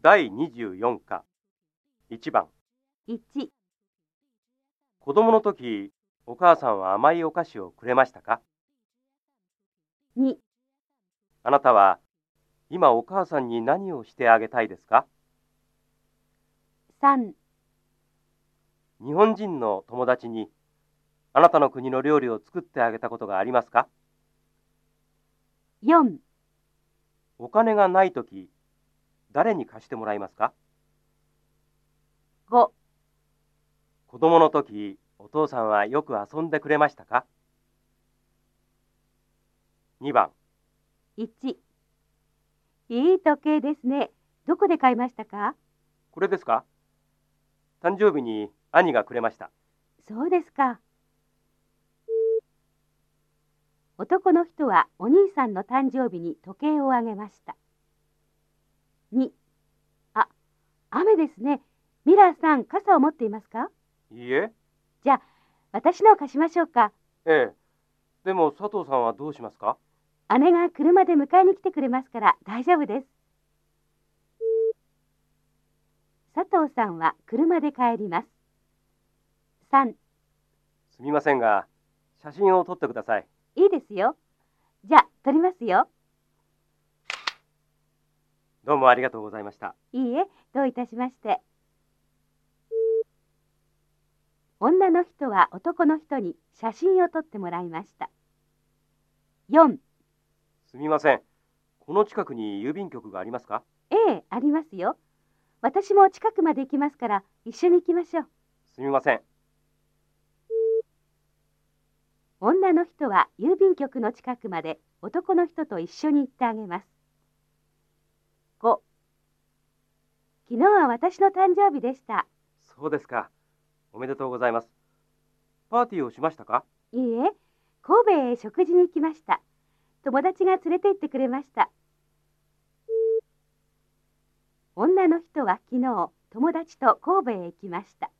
第24課1番1、子供の時お母さんは甘いお菓子をくれましたか2、あなたは今お母さんに何をしてあげたいですか3、日本人の友達にあなたの国の料理を作ってあげたことがありますか4、お金がない時誰に貸してもらいますか5、子供の時お父さんはよく遊んでくれましたか2番1。いい時計ですね。どこで買いましたかこれですか誕生日に兄がくれましたそうですか。男の人はお兄さんの誕生日に時計をあげました。2、あ、雨ですね。ミラーさん、傘を持っていますかいいえ私のを貸しましょうか。ええ。でも佐藤さんはどうしますか姉が車で迎えに来てくれますから大丈夫です。佐藤さんは車で帰ります。3、すみませんが、写真を撮ってください。いいですよ。じゃあ、撮りますよ。どうもありがとうございました。いいえ、どういたしまして。女の人は男の人に写真を撮ってもらいました。4、すみません。この近くに郵便局がありますかええ、ありますよ。私も近くまで行きますから、一緒に行きましょう。すみません。女の人は郵便局の近くまで男の人と一緒に行ってあげます。5昨日は私の誕生日でした。そうですか。おめでとうございます。パーティーをしましたかいいえ、神戸へ食事に行きました。友達が連れて行ってくれました。女の人は昨日、友達と神戸へ行きました。